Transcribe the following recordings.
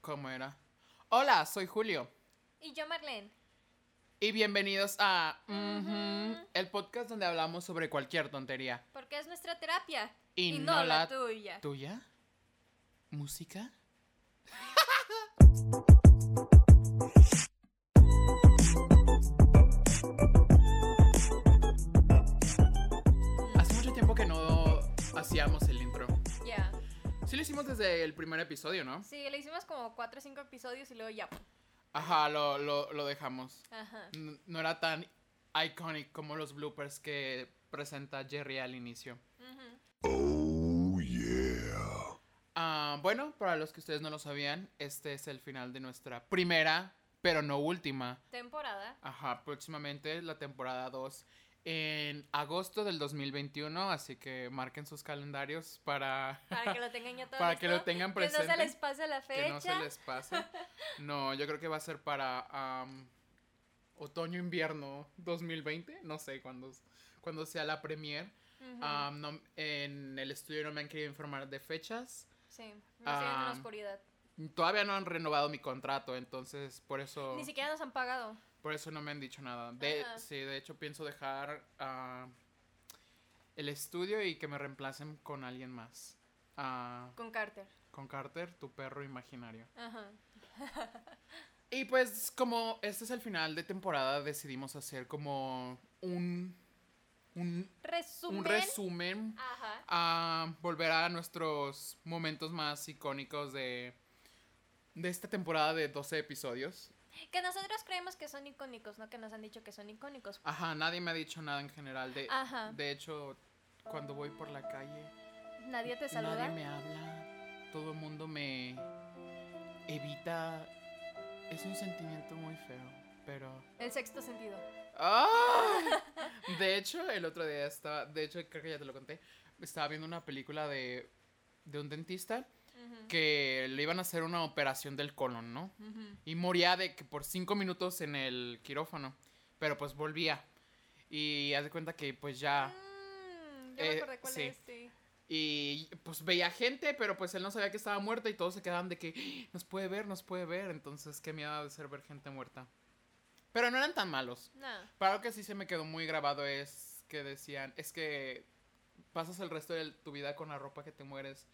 ¿Cómo era? Hola, soy Julio Y yo, Marlene. y bienvenidos a Ujú, el podcast donde hablamos sobre cualquier tontería. Porque es nuestra terapia. Y no, no la, la- tuya. ¿Tuya? ¿Música? Hace mucho tiempo que no hacíamos el intro. Ya. Sí lo hicimos desde el primer episodio, ¿no? Sí, le hicimos como 4 o 5 episodios y luego ya. pues. Ajá, lo, lo, lo dejamos. Ajá. N- No era tan iconic como los bloopers que presenta Jerry al inicio. Ujú. Ah, bueno, para los que ustedes no lo sabían, este es el final de nuestra primera, pero no última. Temporada. Ajá, próximamente la temporada 2 en agosto del 2021, así que marquen sus calendarios para Para que lo tengan ya todo Para que listo, lo tengan Que no presente, se les pase la fecha. que no se les pase. No, yo creo que va a ser para am, otoño-invierno 2020, no sé cuándo, cuando sea la premier. Ujú. Am, Ah, no- en el estudio no me han querido informar de fechas. sí, nos siguen en la ah, oscuridad. Todavía no han renovado mi contrato, entonces por eso... Ni siquiera nos han pagado. Por eso no me han dicho nada. De, Ajá. Sí, de hecho pienso dejar ah, el estudio y que me reemplacen con alguien más. Ah, Con Carter. con Carter, tu perro imaginario. Ajá. Y pues como este es el final de temporada, decidimos hacer como un, un, Resumen. un resumen. Ajá. A volver a nuestros momentos más icónicos de, de esta temporada de 12 episodios. Que nosotros creemos que son icónicos, no que nos han dicho que son icónicos. Ajá, nadie me ha dicho nada en general. De, Ajá. Eh, de hecho, cuando voy por la calle, Nadie te saluda. nadie me habla. Todo el mundo me evita. Es un sentimiento muy feo, pero... El sexto sentido. ¡Ah! De hecho, el otro día estaba... De hecho, creo que ya te lo conté. Estaba viendo una película de, de un dentista Ujú. que le iban a hacer una operación del colon, ¿no? Ujú. Y moría de que por cinco minutos en el quirófano. Pero pues volvía. Y haz de cuenta que pues ya. Mm, ya me Eh, acordé cuál sí. es, sí. Y pues veía gente, pero pues él no sabía que estaba muerta y todos se quedaban de que "Ah, nos puede ver, nos puede ver. Entonces qué miedo de ser ver gente muerta. Pero no eran tan malos. No. Para lo que sí se me quedó muy grabado es que decían, es que pasas el resto de tu vida con la ropa que te mueres.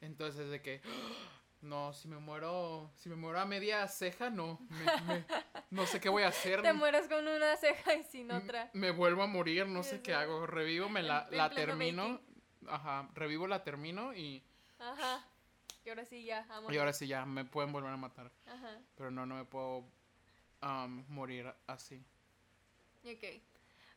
Entonces de que, "Ah, no, si me muero, si me muero a media ceja, no, me- me- no sé qué voy a hacer. Te mueres con una ceja y sin M- otra. Me vuelvo a morir, no sé Ya qué sé. hago. Revivo, me la, En- en la pleno termino. Ajá, revivo, la termino y, Ajá. Y ahora sí ya, amo. y ahora sí ya me pueden volver a matar. Ajá. Pero no, no me puedo am, morir así. Ok.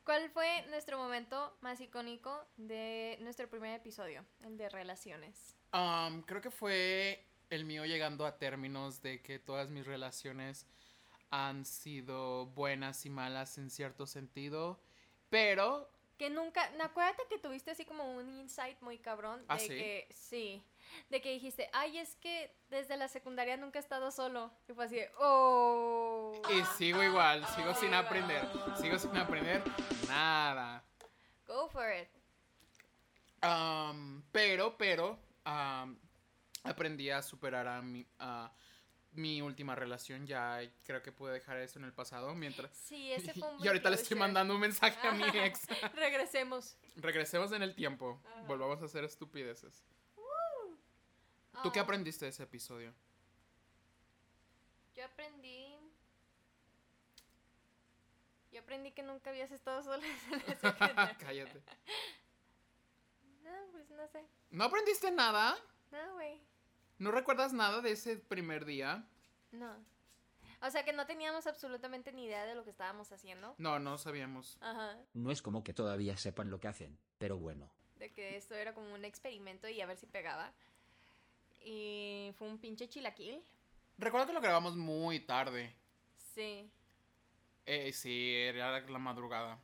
¿Cuál fue nuestro momento más icónico de nuestro primer episodio? El de relaciones. Am, creo que fue el mío llegando a términos de que todas mis relaciones han sido buenas y malas en cierto sentido, pero Que nunca, no, acuérdate que tuviste así como un insight muy cabrón de ¿Ah, sí? que sí, de que dijiste, "Ay, es que desde la secundaria nunca he estado solo." Y fue así, de, "Oh." y sigo igual, sigo sin Igual. aprender, sigo sin aprender nada. Go for it. Am, pero, pero, am, aprendí a superar a mi, a mi última relación. Ya creo que pude dejar eso en el pasado. Mientras. Sí, ese fue un y ahorita le estoy closure. mandando un mensaje a mi ex. Regresemos. Regresemos en el tiempo. Ajá. Volvamos a hacer estupideces. ¿Tú qué Ah, aprendiste de ese episodio? Yo aprendí. Yo aprendí que nunca habías estado sola en la secundaria. Cállate. No, pues no sé. ¿No aprendiste nada? No, güey. ¿No recuerdas nada de ese primer día? No. O sea que no teníamos absolutamente ni idea de lo que estábamos haciendo. No, no sabíamos. Ajá. No es como que todavía sepan lo que hacen, pero bueno. De que esto era como un experimento y a ver si pegaba. Y fue un pinche chilaquil. Recuerdo que lo grabamos muy tarde. Sí, Eh, sí, era la madrugada.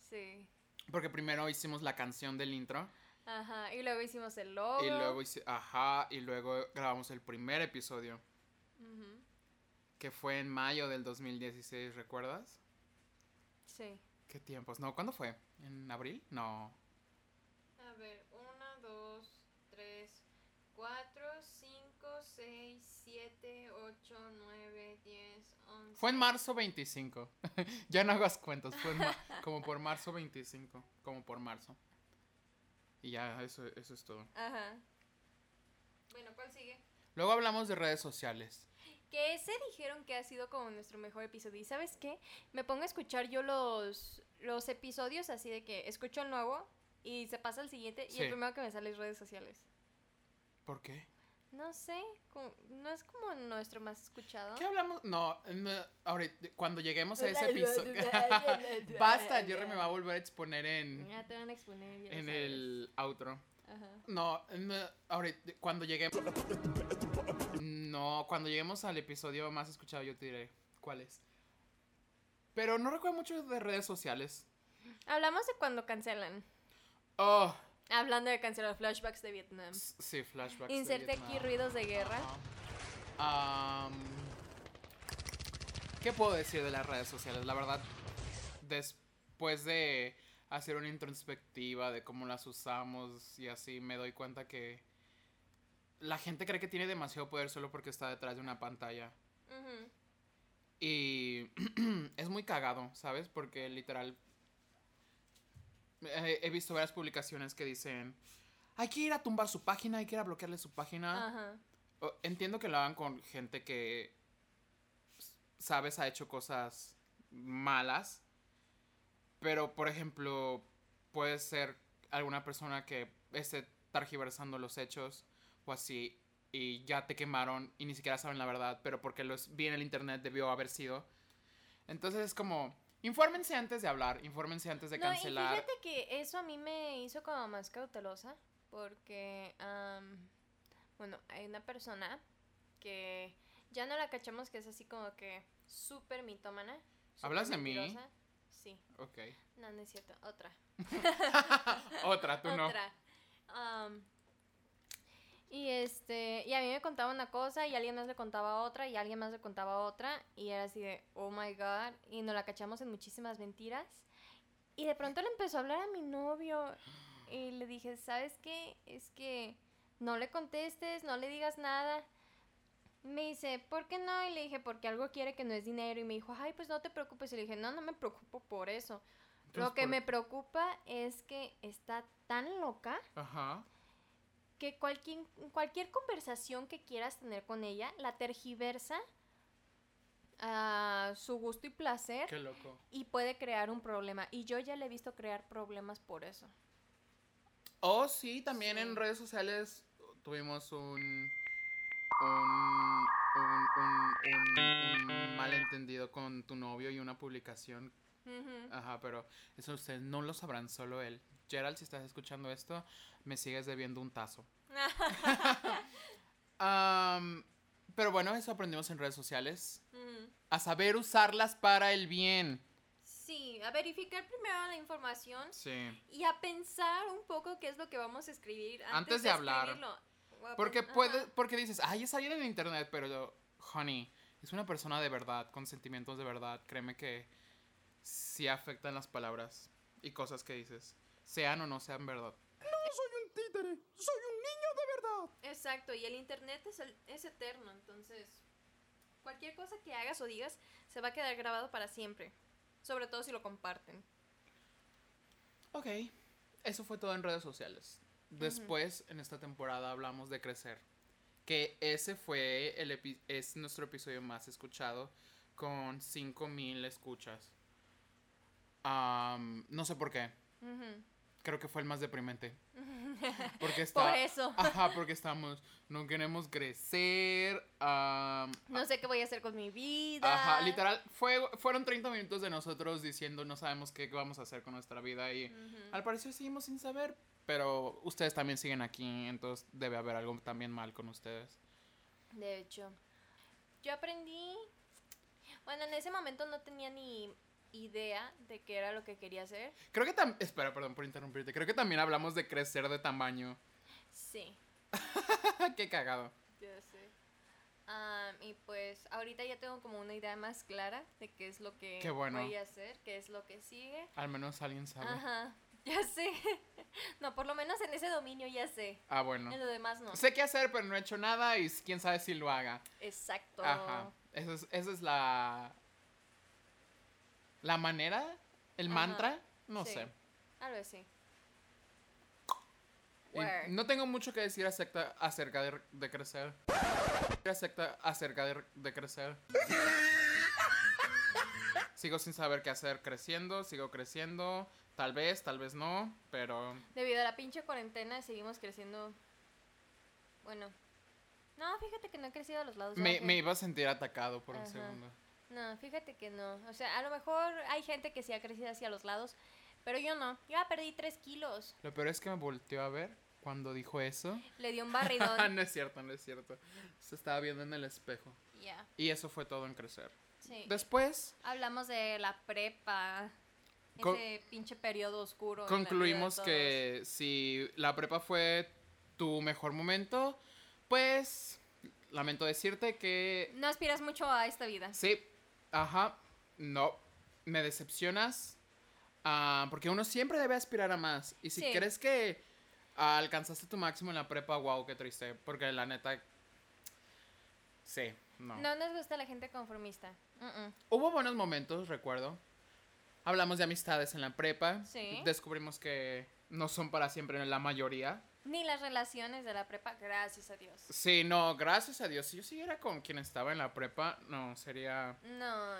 sí. Porque primero hicimos la canción del intro. Ajá. Y luego hicimos el logo. Y luego hice, ajá, y luego grabamos el primer episodio, Ujú, que fue en mayo del 2016, ¿recuerdas? Sí. ¿Qué tiempos? No, ¿cuándo fue? ¿En abril? No. A ver, 1, 2, 3, 4, 5, 6, 7, 8, 9, 10, 11. Fue en marzo 25. ya no hagas cuentas. Fue en ma- como por marzo 25. Como por marzo. Y ya, eso, eso es todo. Ajá. Bueno, ¿cuál sigue? Luego hablamos de redes sociales. Que ese dijeron que ha sido como nuestro mejor episodio. ¿Y sabes qué? Me pongo a escuchar yo los, los episodios así de que escucho el nuevo y se pasa al siguiente y Sí. el primero que me sale es redes sociales. ¿Por qué? No sé, como- no es como nuestro más escuchado. Pues ¿Qué hablamos? No, no, ahorita, cuando lleguemos a ese episodio. Basta, Jerry me va a volver a exponer en, Ya te van a exponer. ya lo en sabes. el outro. Ajá. No, no, ahorita, cuando lleguemos. No, cuando lleguemos al episodio más escuchado, yo te diré cuál es. Pero no recuerdo mucho de redes sociales. Hablamos de cuando cancelan. Oh, Hablando de cancelar flashbacks de Vietnam. s- sí, flashbacks. de Inserte Vietnam. aquí ruidos de guerra. Ajá. Am, ¿Qué puedo decir de las redes sociales? La verdad, después de hacer una introspectiva de cómo las usamos y así, me doy cuenta que la gente cree que tiene demasiado poder solo porque está detrás de una pantalla. Ujú. Y es muy cagado, ¿sabes? Porque literal. eh, He visto varias publicaciones que dicen. Hay que ir a tumbar su página, hay que ir a bloquearle su página. Ajá. O- Entiendo que lo hagan con gente que. s- Sabes, ha hecho cosas malas. Pero, por ejemplo, puede ser alguna persona que esté targiversando los hechos o así. Y ya te quemaron y ni siquiera saben la verdad. Pero porque los vi en el internet debió haber sido. Entonces es como. Infórmense antes de hablar, infórmense antes de No, y cancelar. fíjate que eso a mí me hizo como más cautelosa. Porque, am, bueno, hay una persona que ya no la cachamos que es así como que súper mitómana. súper ¿Hablas de mí? mentirosa. Sí. Ok. No, no es cierto. Otra. Otra, Ah, tú no. Otra. Am, y este, y a mí me contaba una cosa y alguien más le contaba otra y alguien más le contaba otra y era así de, oh my god, y nos la cachamos en muchísimas mentiras. Y de pronto le empezó a hablar a mi novio y le dije, ¿sabes qué? Es que no le contestes, no le digas nada. Me dice, ¿por qué no? Y le dije, porque algo quiere que no es dinero. Y me dijo, ay, pues no te preocupes. Y le dije, no, no me preocupo por eso. Entonces, Lo que por- me preocupa es que está tan loca Ajá. que cualquier, cualquier conversación que quieras tener con ella la tergiversa a su gusto y placer Qué loco. y puede crear un problema. Y yo ya le he visto crear problemas por eso. Oh, sí, también Sí. en redes sociales tuvimos un. Un, un, un- un- un malentendido con tu novio y una publicación. Ajá, pero eso ustedes no lo sabrán, solo él. Gerald, si estás escuchando esto, me sigues debiendo un tazo. Am, pero bueno, eso aprendimos en redes sociales. A saber usarlas para el bien. Sí, a verificar primero la información Sí. y a pensar un poco qué es lo que vamos a escribir antes, Antes de de, hablar. escribirlo. O a Porque pen- puede, Ajá. porque dices, ay, es alguien en internet, pero yo, honey, es una persona de verdad, con sentimientos de verdad. Créeme que sí afectan las palabras y cosas que dices, sean o no sean verdad. Exacto, y el internet es, el- es eterno, entonces cualquier cosa que hagas o digas se va a quedar grabado para siempre, sobre todo si lo comparten. Ok, eso fue todo en redes sociales. Después, en esta temporada, hablamos de crecer. Que ese fue el epi- es nuestro episodio más escuchado con 5000 escuchas. Am, no sé por qué. Creo que fue el más deprimente. Porque está, Por eso, Ajá, porque estamos, no queremos crecer. am, no sé qué voy a hacer con mi vida. ajá, literal, fue, fueron 30 minutos de nosotros diciendo no sabemos qué vamos a hacer con nuestra vida y Ujú. al parecer seguimos sin saber, pero ustedes también siguen aquí, entonces debe haber algo también mal con ustedes. De hecho, yo aprendí, bueno, en ese momento no tenía ni idea de qué era lo que quería hacer. Creo que también, espera, perdón por interrumpirte, creo que también hablamos de crecer de tamaño. Ah, Sí, qué cagado. yo sé. Am, y pues ahorita ya tengo como una idea más clara de qué es lo que Qué bueno. voy a hacer, qué es lo que sigue. Al menos alguien sabe. Ajá, Ya sé. No, por lo menos en ese dominio ya sé. Ah, bueno. En lo demás no. Sé qué hacer, pero no he hecho nada y quién sabe si lo haga. Exacto. Ajá. Esa es, esa es la. La manera, el Ajá. mantra, no Sí. sé. Algo así. Y Word. no tengo mucho que decir acerca, acerca de, de crecer. Acerca, acerca de, de crecer. Sigo sin saber qué hacer creciendo, sigo creciendo. Tal vez, tal vez no, pero Debido a la pinche cuarentena seguimos creciendo. Bueno. No, fíjate que no he crecido a los lados. ya me, que- me iba a sentir atacado por un Ajá. segundo. No, fíjate que no. O sea, a lo mejor hay gente que sí ha crecido hacia los lados, pero yo no. Yo ya perdí tres kilos. Lo peor es que me volteó a ver cuando dijo eso. Ah, Le di un barridón. no es cierto, no es cierto. Se estaba viendo en el espejo. Ya, Y eso fue todo en crecer. sí. Después Hablamos de la prepa. Con- Ese pinche periodo oscuro. en la vida de concluimos todos. que si la prepa fue tu mejor momento, pues lamento decirte que No aspiras mucho a esta vida. sí, ajá, no, me decepcionas, ah, porque uno siempre debe aspirar a más. Y si Sí. crees que alcanzaste tu máximo en la prepa, wow, qué triste, porque la neta, sí, no. No nos gusta la gente conformista. Mm, mm. Hubo buenos momentos, recuerdo. Hablamos de amistades en la prepa. Sí. Descubrimos que no son para siempre la mayoría. Ni las relaciones de la prepa, gracias a Dios. Sí, no, gracias a Dios. Si yo siguiera con quien estaba en la prepa, no, sería... No,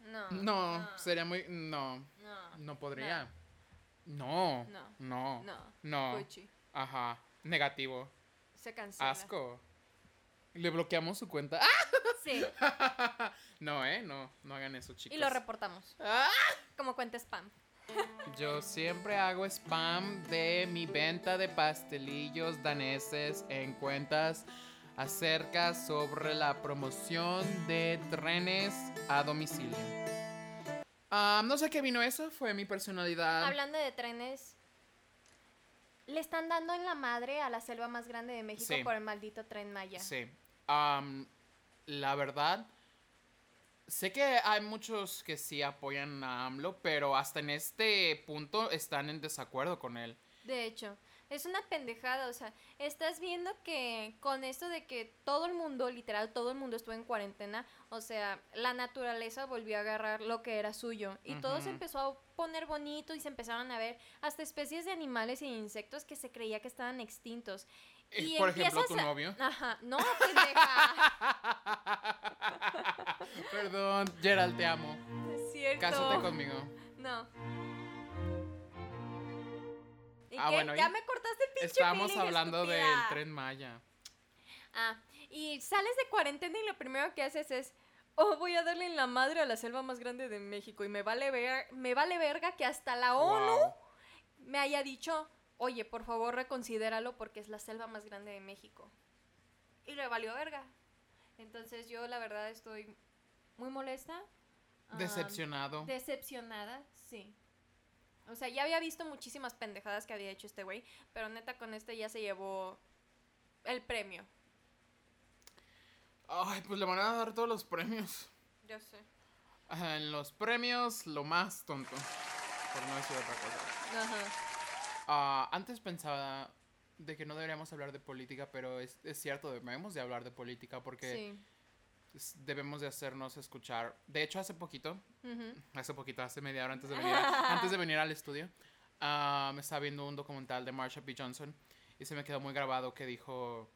no. No, sería muy... No, No, no podría. No, No. no, no, no. Gucci, ajá, negativo, se cancela. asco. Le bloqueamos su cuenta. ¡Ah! Sí, No, eh, no, no hagan eso, chicos. y lo reportamos. ¡Ah! Como cuenta spam. Yo siempre hago spam de mi venta de pastelillos daneses en cuentas acerca sobre la promoción de trenes a domicilio. Ah, no sé qué vino eso, fue mi personalidad. Hablando de trenes, le están dando en la madre a la selva más grande de México Sí. por el maldito tren Maya. Sí. Am, la verdad, sé que hay muchos que sí apoyan a AMLO, pero hasta en este punto están en desacuerdo con él. De hecho, es una pendejada, o sea, estás viendo que con esto de que todo el mundo, literal, todo el mundo estuvo en cuarentena, o sea, la naturaleza volvió a agarrar lo que era suyo y todo se Ujú. empezó a poner bonito y se empezaron a ver hasta especies de animales e insectos que se creía que estaban extintos. Y Eh, Por ejemplo, empiezas tu a- novio. Ajá, no, pendeja. Perdón, Gerald, te amo. es cierto. Cásate conmigo. No. ¿Y Ah, qué? bueno, ya y- me cortaste el pinche Estábamos feeling, hablando del estúpida. tren Maya. Ah, y sales de cuarentena y lo primero que haces es, oh, voy a darle en la madre a la selva más grande de México y me vale ver, me vale verga que hasta la ONU Wow. me haya dicho, oye, por favor reconsidéralo porque es la selva más grande de México. Y le valió verga. Entonces yo la verdad estoy muy molesta. ah, Decepcionado. Decepcionada, sí. O sea, ya había visto muchísimas pendejadas que había hecho este güey, pero neta con este ya se llevó el premio. Ay, pues le van a dar todos los premios. Yo sé. Ajá, En los premios, lo más tonto. Por no decir otra cosa. Ajá. Ah, antes pensaba de que no deberíamos hablar de política, pero es, es cierto, debemos de hablar de política porque Sí. es- debemos de hacernos escuchar. De hecho, hace poquito, Ujú. hace poquito, hace media hora antes de venir, a- antes de venir al estudio, ah, me estaba viendo un documental de Marsha P. Johnson y se me quedó muy grabado que dijo,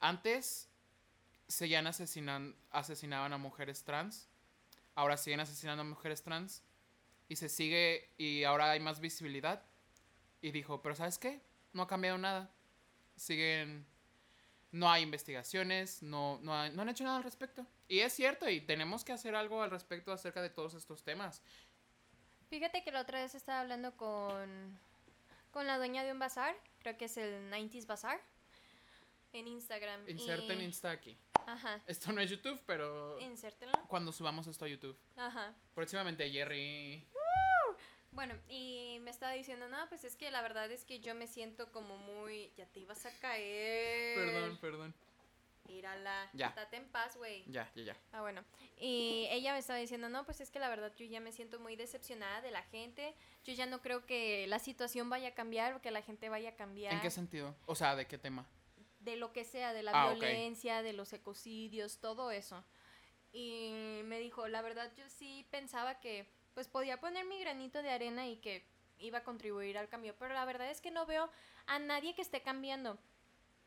antes seguían asesinan, asesinaban a mujeres trans, ahora siguen asesinando a mujeres trans y se sigue y ahora hay más visibilidad. Y dijo, pero ¿sabes qué? No ha cambiado nada. Siguen... No hay investigaciones, no, no, hay- no han hecho nada al respecto. Y es cierto, y tenemos que hacer algo al respecto acerca de todos estos temas. Fíjate que la otra vez estaba hablando con, con la dueña de un bazar, creo que es el 90s Bazar, en Instagram. Inserten y- Insta aquí. Ajá. Esto no es YouTube, pero Insértenlo. cuando subamos esto a YouTube. Ajá. Próximamente, Jerry. Bueno, y me estaba diciendo, no, pues es que la verdad es que yo me siento como muy. Ya te ibas a caer. Perdón, perdón. Írala. Ya. Estate en paz, güey. Ya, ya, ya. Ah, bueno. Y ella me estaba diciendo, no, pues es que la verdad yo ya me siento muy decepcionada de la gente. Yo ya no creo que la situación vaya a cambiar o que la gente vaya a cambiar. ¿En qué sentido? O sea, ¿de qué tema? de lo que sea, de la Ah, ok. violencia, de los ecocidios, todo eso. Y me dijo, la verdad yo sí pensaba que pues podía poner mi granito de arena y que iba a contribuir al cambio, pero la verdad es que no veo a nadie que esté cambiando.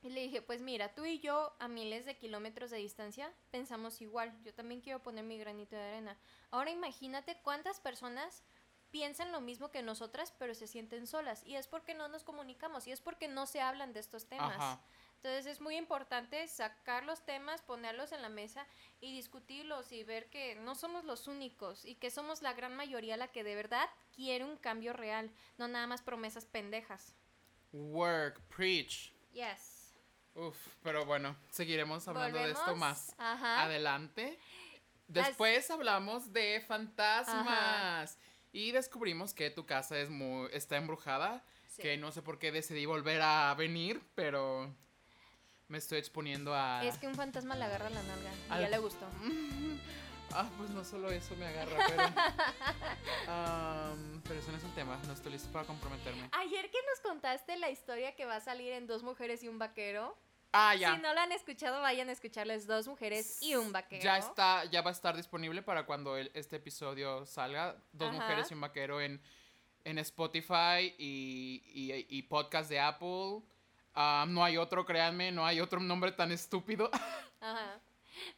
Y le dije, pues mira, tú y yo a miles de kilómetros de distancia pensamos igual, yo también quiero poner mi granito de arena. Ahora imagínate cuántas personas piensan lo mismo que nosotras, pero se sienten solas. Y es porque no nos comunicamos, y es porque no se hablan de estos temas. Ajá. Entonces es muy importante sacar los temas, ponerlos en la mesa y discutirlos y ver que no somos los únicos y que somos la gran mayoría la que de verdad quiere un cambio real, no nada más promesas pendejas. Work, preach. Yes. Uf, pero bueno, seguiremos hablando de esto Volvemos. más Ajá. adelante. Las- Después hablamos de fantasmas y descubrimos que tu casa es muy, está embrujada, Sí. que no sé por qué decidí volver a venir, pero me estoy exponiendo a... Es que un fantasma le agarra la nalga y Al- ya le gustó. Ah, pues no solo eso me agarra, pero... Am, pero eso no es el tema, no estoy listo para comprometerme. Ayer que nos contaste la historia que va a salir en Dos Mujeres y un Vaquero, Ah, ya. si no la han escuchado, vayan a escucharles Dos Mujeres y un Vaquero. Ya está, ya va a estar disponible para cuando el- este episodio salga. Dos Ajá. mujeres y un vaquero en, en Spotify y, y- y podcast de Apple. Ah, no hay otro, créanme, no hay otro nombre tan estúpido. Ajá.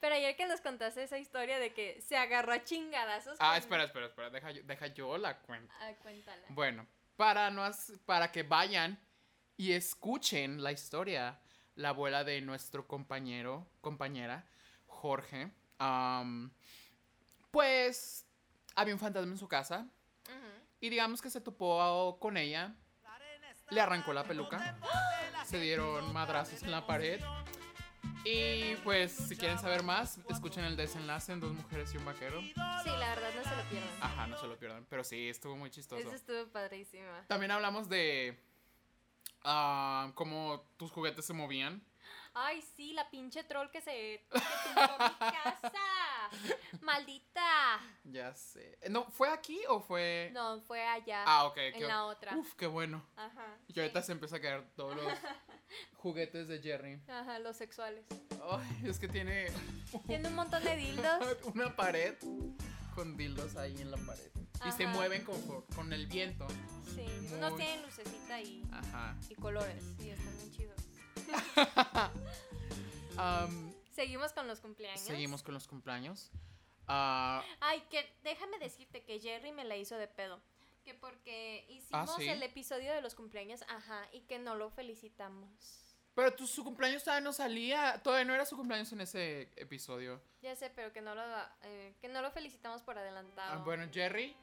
Pero ayer que nos contaste esa historia de que se agarró a chingadazos. Ah, con- espera, espera, espera, deja, yo- deja yo la cuenta. Ah, cuéntala. Bueno, para, no hac- para que vayan y escuchen la historia, la abuela de nuestro compañero, compañera, Jorge, am, pues había un fantasma en su casa Ujú. y digamos que se topó con ella, le arrancó la peluca, se dieron madrazos en la pared y pues si quieren saber más, escuchen el desenlace en Dos Mujeres y un Vaquero. Sí, la verdad no se lo pierdan. Ajá, no se lo pierdan, pero sí, estuvo muy Ah, chistoso. Eso estuvo padrísima. También hablamos de ah, cómo tus juguetes se movían. Ay, sí, la pinche troll que se que tumbó mi casa. Maldita. Ya sé. Eh, ¿No fue aquí o fue...? No, fue allá. Ah, ok. en qué- la otra. Uf, qué bueno. Ajá. Y ahorita sí. se empieza a caer todos los juguetes de Jerry. Ajá, los sexuales. Ay, es que tiene Tiene un montón de dildos. una pared con dildos ahí en la pared. Y se Ajá. mueven con, con el viento. Sí, Muy- unos tienen lucecita y, Ajá. y colores. Y están bien chidos. Am, Seguimos con los cumpleaños. seguimos con los cumpleaños. Ah, Ay, que déjame decirte que Jerry me la hizo de pedo. Que porque hicimos Ah, ¿sí? el episodio de los cumpleaños, ajá, y que no lo felicitamos. pero tu, su cumpleaños todavía no salía. Todavía no era su cumpleaños en ese episodio. Ya sé, pero que no lo, eh, que no lo felicitamos por Ah, adelantado. bueno, Jerry,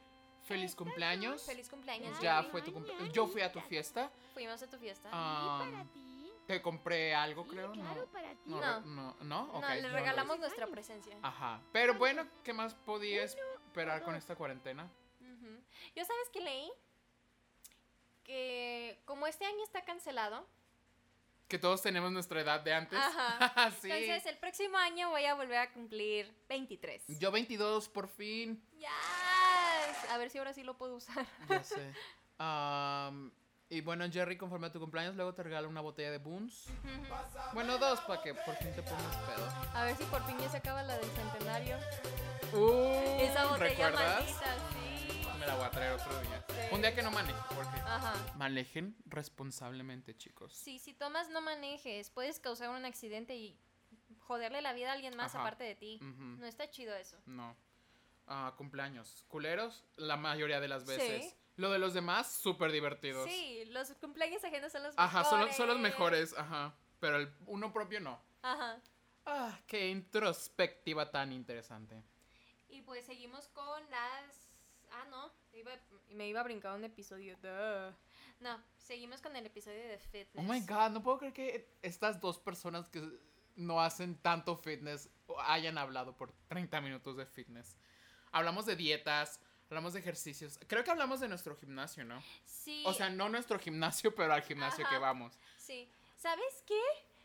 feliz cumpleaños. Feliz cumpleaños. Ya Ah, Jerry. fue tu cumpleaños. Yo fui a tu fiesta. Fuimos a tu fiesta. Am, ¿Y para ti? te compré algo, Sí, creo. claro, No, para ti. no, No. re- no, no, no, ok, le no Ah. lo regalamos hice. nuestra presencia. Ajá. Pero bueno, ¿qué más podía esperar con dos. esta cuarentena? Ujú. Yo sabes que leí que como este año está cancelado, Que todos tenemos nuestra edad de antes. Ah, Ajá. sí. entonces el próximo año voy a volver a cumplir 23. Yo 22 por fin. Yes. A ver si ahora sí lo puedo usar. Ya sé. Am, y bueno, Jerry, conforme a tu cumpleaños, luego te regalo una botella de Boons. Bueno, dos, ¿para qué? ¿Por qué te pones pedo? A ver si por fin ya se acaba la del centenario. Uh, Esa botella ¿Recuerdas? maldita, sí. Me la voy a traer otro día. Sí. Un día que no maneje, porque... Ajá. Manejen responsablemente, chicos. Sí, si tomas, no manejes. Puedes causar un accidente y joderle la vida a alguien más Ajá. Mm. aparte de ti. Ujú. No está chido eso. No. Ah, cumpleaños. Culeros, la mayoría de las Sí. veces. Lo de los demás, súper divertidos. Sí, los cumpleaños ajenos son los Ajá, son, mejores. los- son los mejores, ajá. Pero el uno propio no. Ajá. Ah, qué introspectiva tan interesante. Y pues seguimos con las... Ah, no. iba- me iba a brincar un episodio. duh. No, seguimos con el episodio de fitness. Oh my god, no puedo creer que estas dos personas que no hacen tanto fitness hayan hablado por 30 minutos de fitness. Hablamos de dietas, hablamos de ejercicios. Creo que hablamos de nuestro gimnasio, ¿no? Sí. O sea, no nuestro gimnasio, pero al gimnasio que Ajá. vamos. Sí. ¿Sabes qué?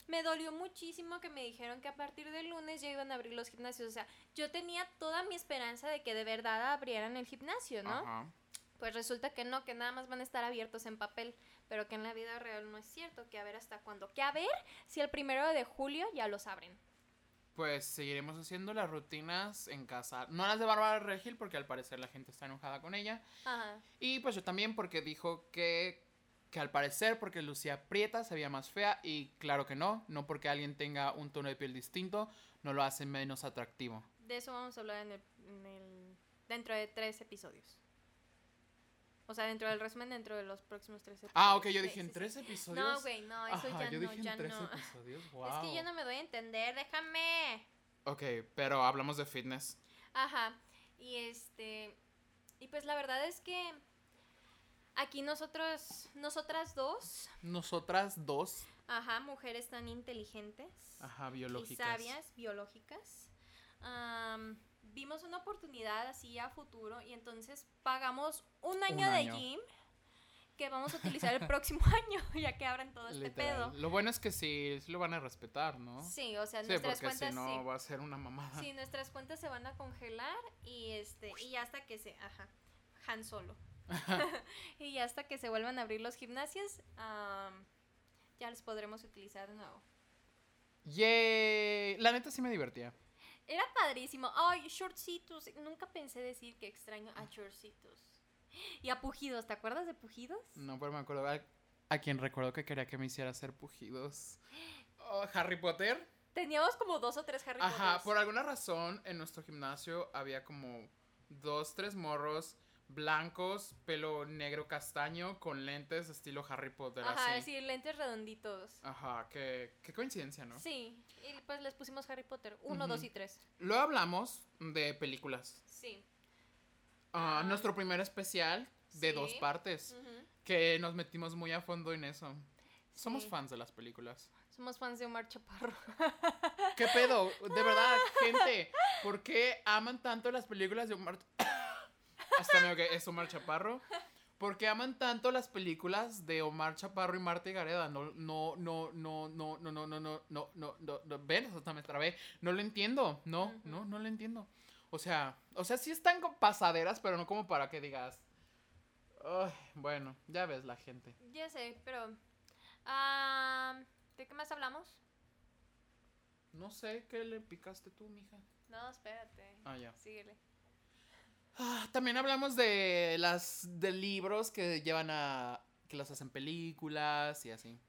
me dolió muchísimo que me dijeron que a partir del lunes ya iban a abrir los gimnasios. O sea, yo tenía toda mi esperanza de que de verdad abrieran el gimnasio, ¿no? Ajá. Pues resulta que no, que nada más van a estar abiertos en papel, pero que en la vida real no es cierto, que a ver hasta cuándo. Que a ver si el primero de julio ya los abren. Pues seguiremos haciendo las rutinas en casa. No las de Bárbara Regil, porque al parecer la gente está enojada con ella. Ajá. Y pues yo también, porque dijo que, que al parecer, porque Lucía Prieta se veía más fea. Y claro que no, no porque alguien tenga un tono de piel distinto, no lo hace menos atractivo. De eso vamos a hablar en el, en el- dentro de tres episodios. O sea, dentro del resumen, dentro de los próximos tres episodios. Ah, ok, yo Sí, dije en sí, tres sí. episodios. No, güey, no, eso Ajá, ya yo no, dije ya en tres no. episodios, wow. Es que yo no me doy a entender, déjame. Ok, pero hablamos de fitness. Ajá. Y este. Y pues la verdad es que aquí nosotros, nosotras dos, Nosotras dos, ajá, mujeres tan inteligentes ajá, y biológicas. sabias, biológicas, am, vimos una oportunidad así a futuro y entonces pagamos un año de año. gym que vamos a utilizar el próximo año, ya que abran todo este Literal. pedo. Lo bueno es que sí, sí lo van a respetar, ¿no? Sí, o sea, Sí, nuestras porque cuentas si no sí. va a ser una mamada. Sí, nuestras cuentas se van a congelar y este y ya hasta que se, ajá, Han Solo. y ya hasta que se vuelvan a abrir los gimnasios, am, ya los podremos utilizar de nuevo. Yay. La neta sí me divertía. Era padrísimo. Ay, shortcitos. Nunca pensé decir que extraño a shortcitos. Y a pujidos, ¿te acuerdas de pujidos? No, pero me acuerdo a, a quien recuerdo que quería que me hiciera hacer pujidos. Oh, Harry Potter. Teníamos como dos o tres Harry Ajá, Potters. por alguna razón en nuestro gimnasio había como dos, tres morros blancos, pelo negro castaño, con lentes estilo Harry Potter. Ajá, así. sí, lentes redonditos. Ajá, qué, qué coincidencia, Ah, ¿no? Sí, y pues les pusimos Harry Potter. Uno, Ujú. dos y tres. Luego hablamos de películas. Sí. Ah, Ah. Nuestro primer especial de Sí. Mm. dos partes, Ujú. que nos metimos muy a fondo en eso. Somos Sí. fans de las películas. Somos fans de Omar Chaparro. ¿Qué pedo? De verdad, gente, ¿por qué aman tanto las películas de Omar... Hasta me que es Omar Chaparro. ¿Por qué aman tanto las películas de Omar Chaparro y Marta y Gareda? No, no, no, no, no, no, no, no, no, no, no, no, no, ven, hasta me trabé. No lo entiendo, no, Ujú. no, no lo entiendo. O sea, o sea, sí están co- pasaderas, pero no como para que digas... "Ay, bueno, ya ves la gente. Ya sé, pero. ah, ¿De qué más hablamos? No sé, ¿qué le picaste tú, mija? No, espérate. Ah, ya. Síguele. Ah, También hablamos de las de libros que llevan a que las hacen películas y así.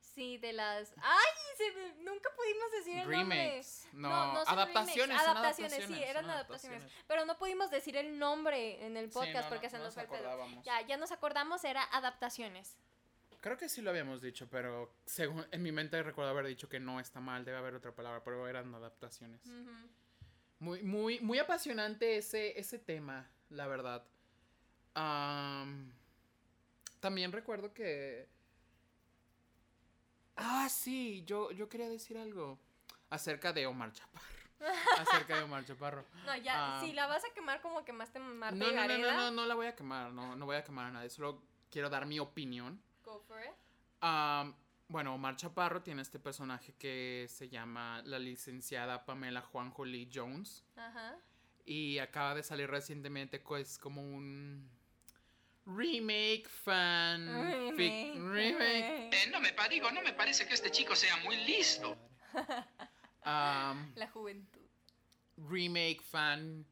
Sí, de las. ¡Ay! se me- Nunca pudimos decir el nombre. Remakes. No, No, no son adaptaciones, remakes, son adaptaciones, sí, adaptaciones, eran son adaptaciones. Pero no pudimos decir el nombre en el Sí, podcast no, porque no, se no nos fue el pedo. acordábamos. Ya, ya nos acordamos, era adaptaciones. Creo que sí lo habíamos dicho, pero según en mi mente recuerdo haber dicho que no está mal, debe haber otra palabra, pero eran adaptaciones. Ujú. Muy muy muy apasionante ese ese tema, la verdad. Am, también recuerdo que Ah, sí, yo, yo quería decir algo acerca de Omar Chaparro. acerca de Omar Chaparro. No, ya, Ah. si la vas a quemar como quemaste Marta No, y no, no, Gareda, no, no, no la voy a quemar, no, no voy a quemar a nadie, solo quiero dar mi opinión. go for it. Am, bueno, Omar Chaparro tiene este personaje que se llama la licenciada Pamela Juanjo Lee Jones Ajá. y acaba de salir recientemente, pues como un remake fan fic- Mm, remake. Eh, no me pa- digo, no me parece que este chico sea muy listo. Am, La juventud. um, remake fan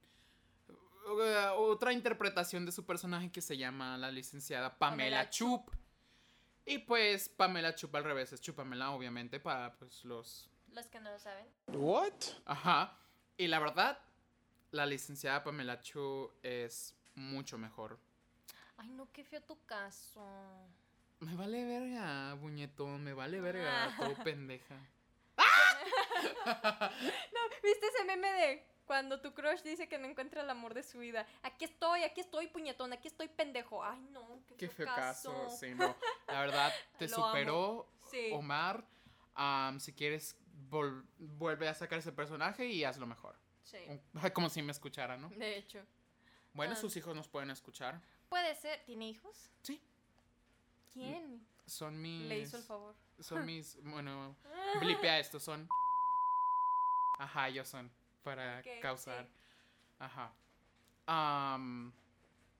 uh, otra interpretación de su personaje que se llama la licenciada Pamela, Pamela Chup. Y pues Pamela Chup al revés, es Chupamela obviamente para pues los Los que no lo saben. Ajá. Y la verdad, la licenciada Pamela Chu es mucho mejor. Ay, no, qué feo tu caso. Me vale verga, buñetón, me vale Ah. verga, todo pendeja. ¿Viste ese meme de cuando tu crush dice que no encuentra el amor de su vida? Aquí estoy, aquí estoy, puñetón, aquí estoy, pendejo. Ay, no, qué, Qué feo feo caso. caso, sí, no. La verdad, te Lo amo. superó Sí. Omar. Am, si quieres, vol- vuelve a sacar ese personaje y hazlo mejor. Sí, Como si me escuchara, ¿no? de hecho. Bueno, Ah. sus hijos nos pueden escuchar. Puede ser, ¿tiene hijos? Sí. ¿Quién? son mis. Le hizo el favor. Ah. Son mis. Bueno, blipea esto, son. Ajá, ellos son. Para Ok, causar. sí. Ajá. Am,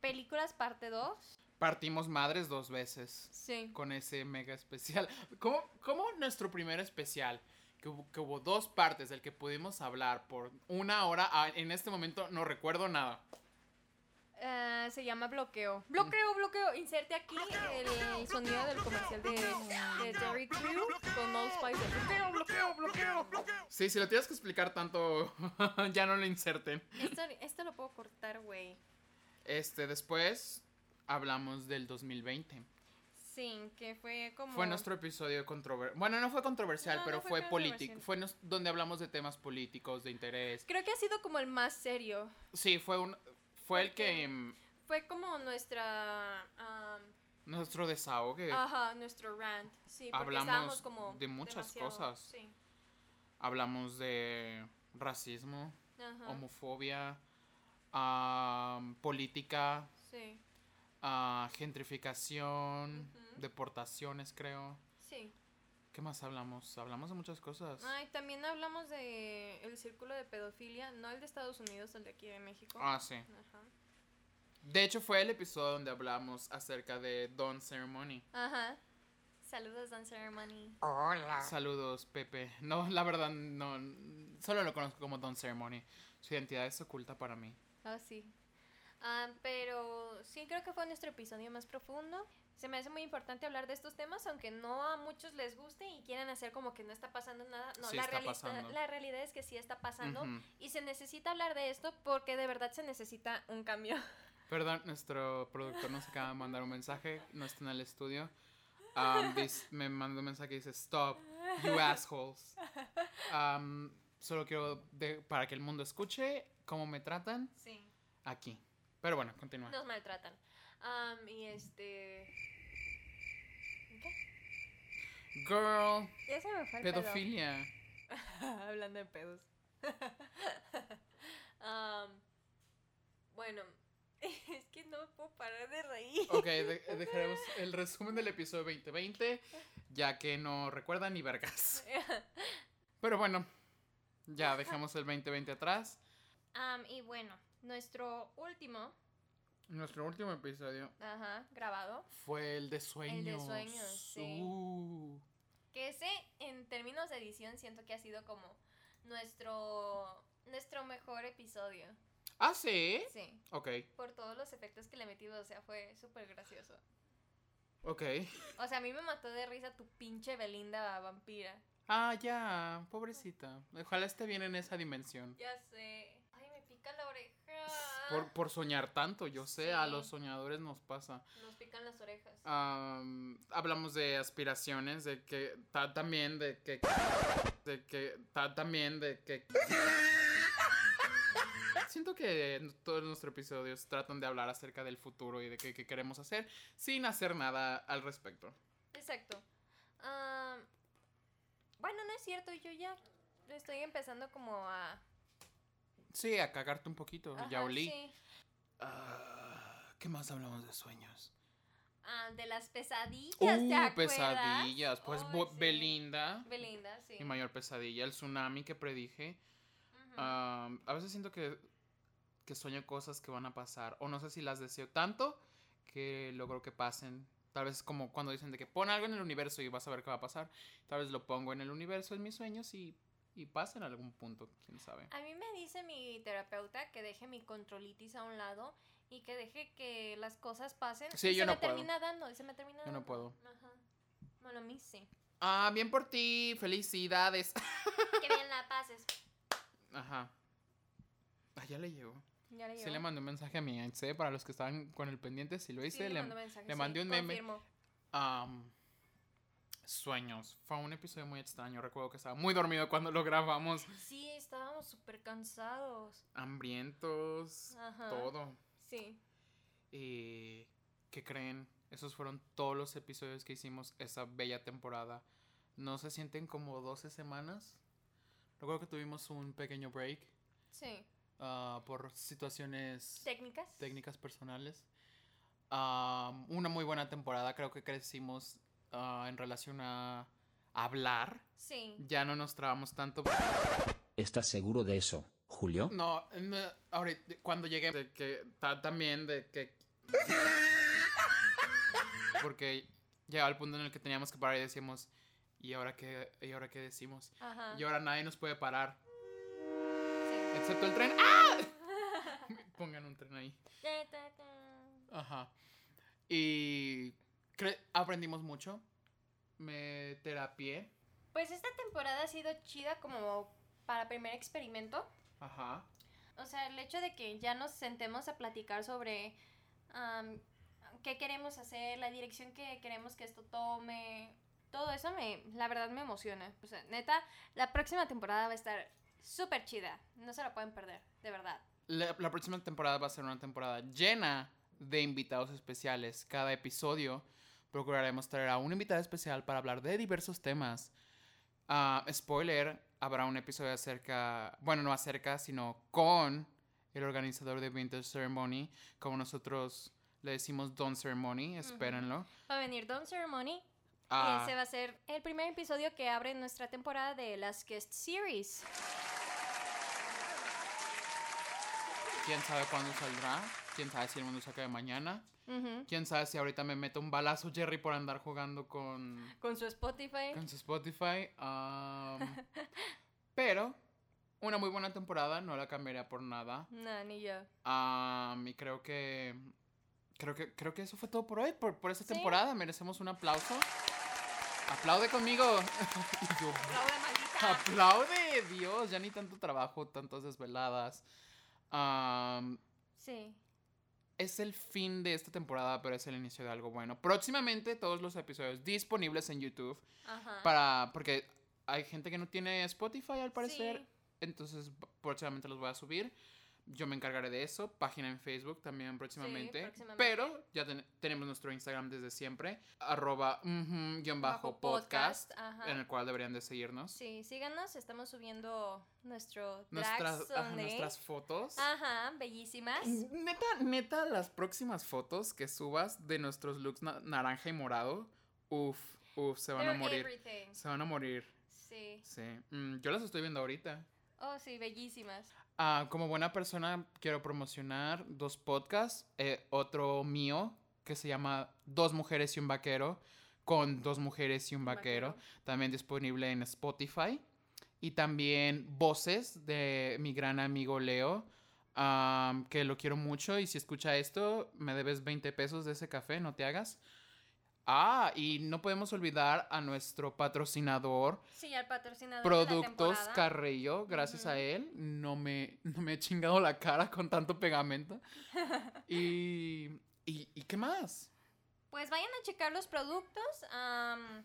Películas parte 2. partimos madres dos veces Sí. con ese mega especial. ¿Cómo, cómo nuestro primer especial? Que hubo, que hubo dos partes del que pudimos hablar por una hora. ah, en este momento no recuerdo nada. Ah, se llama bloqueo. Bloqueo, bloqueo. Inserte aquí el sonido del comercial de, de Terry Crew con Old Spice. Bloqueo, bloqueo, bloqueo. Sí, si lo tienes que explicar tanto, ya no lo inserten. Esto, esto lo puedo cortar, güey. Este, después hablamos del 2020. Sí, que fue como. Fue nuestro episodio controversial. Bueno, no fue controversial, No, pero no fue, fue controversial. político. Fue nos- donde hablamos de temas políticos, de interés. Creo que ha sido como el más serio. Sí, fue un fue el Ok. que mm, Fue como nuestra. am, nuestro desahogue. ajá, nuestro rant. Sí, porque Hablamos estábamos como. de muchas demasiado- cosas. Sí. Hablamos de racismo, Ajá. homofobia, am, política, Sí. ah, gentrificación, Ujú. deportaciones, creo. Sí. ¿Qué más hablamos? Hablamos de muchas cosas. Ay, también hablamos de el círculo de pedofilia, no el de Estados Unidos, el de aquí de México. Ah, sí. Ajá. De hecho, fue el episodio donde hablamos acerca de Don Ceremony. Ajá. Saludos, Don Ceremony. Ah. Saludos, Pepe. No, la verdad, no. Solo lo conozco como Don Ceremony. Su identidad es oculta para mí. Ah, sí. Ah, pero sí, creo que fue nuestro episodio más profundo. Se me hace muy importante hablar de estos temas, aunque no a muchos les guste y quieran hacer como que no está pasando nada. No, Sí la, está realista- pasando. la realidad es que sí está pasando Ujú. y se necesita hablar de esto porque de verdad se necesita un cambio. Perdón, nuestro productor nos acaba de mandar un mensaje. No está en el estudio. Um, dis- me mandó un mensaje que dice: Stop, you assholes. Um, solo quiero, de- para que el mundo escuche cómo me tratan Sí. aquí. Pero bueno, continúa. Nos maltratan. Am, y este... ¿Qué? Girl, Ya se me fue el pedo. pedofilia. Hablando de pedos. Am, bueno, es que no me puedo parar de reír. Ok, de- dejaremos el resumen del episodio 2020, ya que no recuerda ni vergas. Pero bueno, ya dejamos el 2020 atrás. Am, y bueno, nuestro último Nuestro último episodio ajá, grabado, fue el de sueños. sueños, sí. Uh, que ese en términos de edición siento que ha sido como nuestro nuestro mejor episodio. ¿Ah, sí? Sí, Ok, por todos los efectos que le metimos, o sea, fue súper gracioso. ok. O sea, a mí me mató de risa tu pinche Belinda vampira. Ah, ya, pobrecita. Ojalá esté bien en esa dimensión. Ya sé. Ay, me pica la oreja. Por, por soñar tanto, yo sé, a Sí. los soñadores nos pasa. Nos pican las orejas. Am, hablamos de aspiraciones, de que ta- también de que de que ta- también de que Siento que todos nuestros episodios tratan de hablar acerca del futuro y de qué qué queremos hacer sin hacer nada al respecto. Exacto. Am, bueno, no es cierto, yo ya estoy empezando como a... Sí, a cagarte un poquito, ya Ajá, olí. sí. Ah, ¿Qué más hablamos de sueños? Ah, de las pesadillas, ¿te Uh, acuerdas? pesadillas, pues Ay, Bo- sí. Belinda, Belinda, sí. mi mayor pesadilla, el tsunami que predije. Ujú. Am, a veces siento que, que sueño cosas que van a pasar. O no sé si las deseo tanto que logro que pasen. Tal vez como cuando dicen de que pon algo en el universo y vas a ver qué va a pasar. Tal vez lo pongo en el universo en mis sueños y, y pasa en algún punto, quién sabe. A mí me dice mi terapeuta que deje mi controlitis a un lado y que deje que las cosas pasen. Sí, y yo se no me puedo. termina dando, y se me termina Yo no dando. puedo. Ajá. Bueno, a mí sí. Ah, bien por ti, felicidades. que bien la pases. Ajá. Ah, ya le llegó. Ya le Sí llegó. le mandé un mensaje a mi Aitse para los que estaban con el pendiente, si lo Sí, hice. le le- mandó mensaje, le sí, mandé un meme. confirmo. Am, sueños. Fue un episodio muy extraño. Recuerdo que estaba muy dormido cuando lo grabamos. Sí, estábamos súper cansados. hambrientos, Ajá. todo. Sí. Y ¿qué creen? Esos fueron todos los episodios que hicimos esa bella temporada. ¿No se sienten como 12 semanas? Recuerdo que tuvimos un pequeño break Sí. ah, por situaciones ¿Técnicas? técnicas personales. Am, una muy buena temporada, creo que crecimos ah, en relación a hablar, Sí. ya no nos trabamos tanto. ¿Estás seguro de eso, Julio? No, no, ahorita, cuando llegué, de que ta- también de que. Porque llegaba el punto en el que teníamos que parar y decíamos, ¿y ahora qué, y ahora qué decimos? Ajá. Y ahora nadie nos puede parar, sí. excepto el tren. ¡Ah! Pongan un tren ahí. Ta, ta, ta. Ajá. Y cre- aprendimos mucho. Me terapié. Pues esta temporada ha sido chida como para primer experimento. Ajá. O sea, el hecho de que ya nos sentemos a platicar sobre am, qué queremos hacer, la dirección que queremos que esto tome, todo eso me, la verdad me emociona. O sea, neta, la próxima temporada va a estar súper chida. No se la pueden perder, de verdad. La, la próxima temporada va a ser una temporada llena de invitados especiales. Cada episodio procuraremos traer a un invitado especial para hablar de diversos temas. Ah, spoiler, habrá un episodio acerca, bueno, no acerca, sino con el organizador de Vintage Ceremony, como nosotros le decimos Don Ceremony, espérenlo. Va a venir Don Ceremony. Ah, y ese va a ser el primer episodio que abre nuestra temporada de las Guest Series. ¿Quién sabe cuándo saldrá? ¿Quién sabe si el mundo saca de mañana? Ujú. ¿Quién sabe si ahorita me meto un balazo Jerry por andar jugando con... Con su Spotify. con su Spotify. am, pero una muy buena temporada, no la cambiaría por nada. No, ni yo. Am, y creo que, creo que creo que eso fue todo por hoy, por, por esta Sí. temporada. Merecemos un aplauso. Aplaude conmigo. Y yo, Laura, maldita. Ah, aplaude, Dios, ya ni tanto trabajo, tantas desveladas. Am, Sí. es el fin de esta temporada, pero es el inicio de algo bueno. Próximamente todos los episodios disponibles en YouTube. Ajá. para porque hay gente que no tiene Spotify al parecer Sí. entonces p- próximamente los voy a subir yo me encargaré de eso página en Facebook también próximamente, próximamente. pero ya ten- tenemos nuestro Instagram desde siempre arroba ujú, guión bajo Bajo podcast, podcast, ajá. en el cual deberían de seguirnos Sí, síganos, estamos subiendo nuestro nuestras Drags ajá, Sunday. nuestras fotos Ajá, bellísimas. Neta, neta, las próximas fotos que subas de nuestros looks na- naranja y morado, uff, uff, se van a They're morir. everything. Se van a morir, Sí. sí. Mm, yo las estoy viendo ahorita. Oh, sí, bellísimas. Ah, como buena persona, quiero promocionar dos podcasts. eh, otro mío, que se llama Dos Mujeres y un Vaquero, con Dos Mujeres y un Vaquero, también disponible en Spotify. Y también Voces de mi gran amigo Leo, ah, que lo quiero mucho. Y si escucha esto, me debes 20 pesos de ese café, no te hagas. Ah, y no podemos olvidar a nuestro patrocinador, Sí, al patrocinador. Productos de la temporada. Carrillo, gracias Ujú. a él, no me, no me he chingado la cara con tanto pegamento. y, y, ¿y qué más? Pues vayan a checar los productos. am,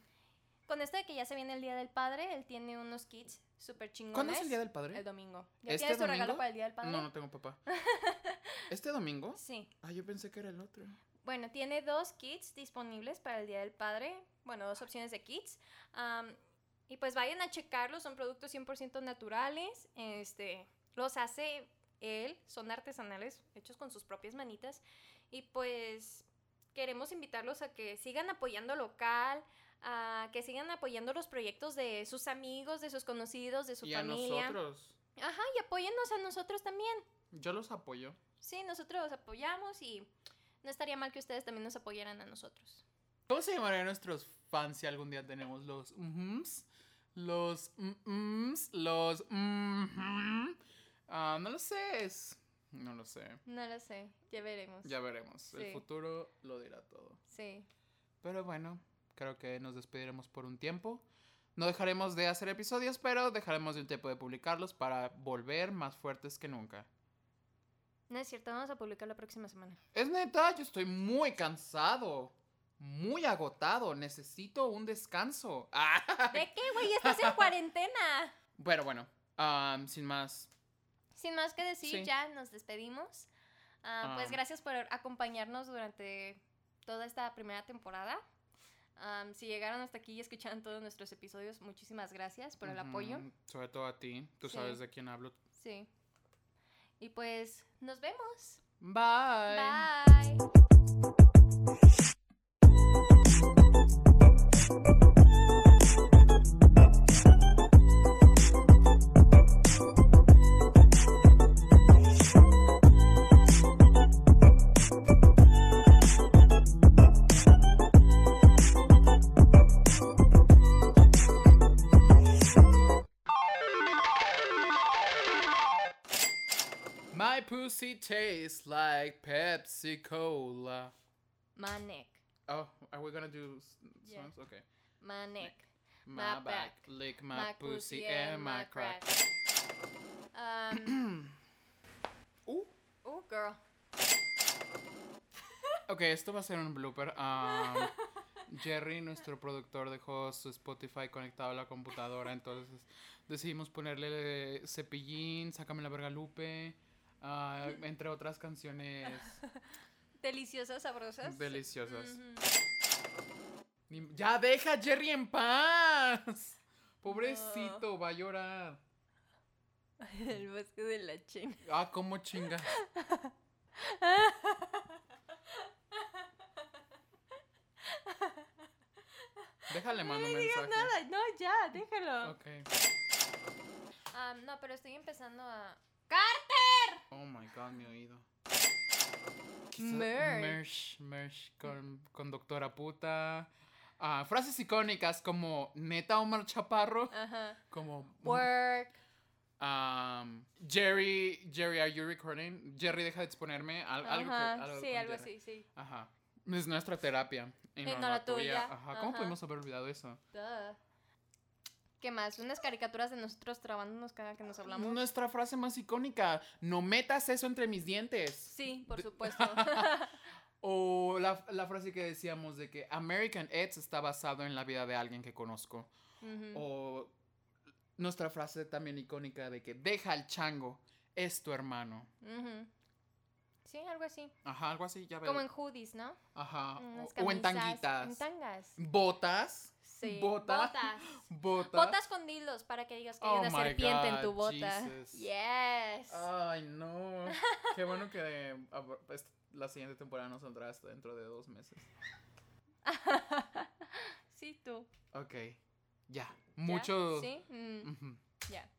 con esto de que ya se viene el Día del Padre, él tiene unos kits súper chingones. ¿Cuándo es el Día del Padre? El domingo. ¿Ya ¿Este tienes tu regalo domingo? para el Día del Padre? No, no tengo papá. ¿Este domingo? Sí. Ah, yo pensé que era el otro. Bueno, tiene dos kits disponibles para el Día del Padre. Bueno, dos opciones de kits. Am, y pues vayan a checarlos, son productos 100% naturales. Este, los hace él, son artesanales, hechos con sus propias manitas. Y pues queremos invitarlos a que sigan apoyando local, a que sigan apoyando los proyectos de sus amigos, de sus conocidos, de su y familia. a nosotros. Ajá, y apóyennos a nosotros también. Yo los apoyo. Sí, nosotros los apoyamos y no estaría mal que ustedes también nos apoyaran a nosotros. ¿Cómo se llamarían nuestros fans si algún día tenemos los mms? Los mms, los mhm? Ah, no lo sé. es- No lo sé. No lo sé, ya veremos. Ya veremos. Sí. El futuro lo dirá todo. Sí. Pero bueno, creo que nos despediremos por un tiempo. No dejaremos de hacer episodios, pero dejaremos el tiempo de publicarlos para volver más fuertes que nunca. No es cierto, vamos a publicar la próxima semana. Es neta, yo estoy muy cansado, muy agotado, necesito un descanso. Ah, ¿De qué, güey? Estás en cuarentena. Bueno, bueno, am, sin más, Sin más que decir, Sí. ya nos despedimos. Ah, Ah. Pues gracias por acompañarnos durante toda esta primera temporada. Ah, si llegaron hasta aquí y escucharon todos nuestros episodios, muchísimas gracias por el apoyo. ujú, sobre todo a ti, tú Sí. sabes de quién hablo. Sí. Y pues nos vemos. Bye. Bye. My pussy tastes like Pepsi Cola. My neck. Oh, are we gonna do s- Yeah. songs? Okay. My neck. My, My back, back, lick my, pussy, and my crack. Um, Uh, oh, girl. ok, esto va a ser un blooper. Um, Jerry, nuestro productor, dejó su Spotify conectado a la computadora, entonces decidimos ponerle Cepillín, Sácame la verga Lupe, ah, entre otras canciones Deliciosas, sabrosas. deliciosas. Ujú. Ni- Ya deja a Jerry en paz. Pobrecito, va a llorar. El bosque de la china. Ah, cómo chinga. Déjale, mando un mensaje. Nada, no, ya, déjalo. Ok. Ah, no, pero estoy empezando a. Oh my god, mi oído. Merch. Merch, merch con, con doctora puta. Ah, frases icónicas como neta Omar Chaparro. Ajá. Como Work. um, Jerry, Jerry, are you recording? Jerry, deja de exponerme. Al- algo que- Ajá, algo sí, con algo Jerry. así, sí. Ajá. Es nuestra terapia. Y Y no la tuya. Ajá. ¿Cómo Ajá. pudimos haber olvidado eso? Duh. ¿Qué más? Unas caricaturas de nosotros trabándonos cada que nos hablamos. Nuestra frase más icónica. No metas eso entre mis dientes. Sí, por supuesto. O la, la frase que decíamos de que American Eds está basado en la vida de alguien que conozco. Ujú. O nuestra frase también icónica de que deja al chango, es tu hermano. Ujú. Sí, algo así. Ajá, algo así, ya ves. Como en hoodies, ¿no? Ajá. Unas Ah, O, o en Mm, camisas, tanguitas. En tangas. botas. Sí. Bota. Botas. Botas. Botas con dildos para que digas que hay Oh una my serpiente God, en tu bota. Jesus. Ah, Yes. Ay, no. Qué bueno que eh, ab- pues, la siguiente temporada nos saldrá hasta dentro de dos meses. sí, tú. Ok. Ya. ¿Ya? Mucho. Sí. Mm, Ujú. ya.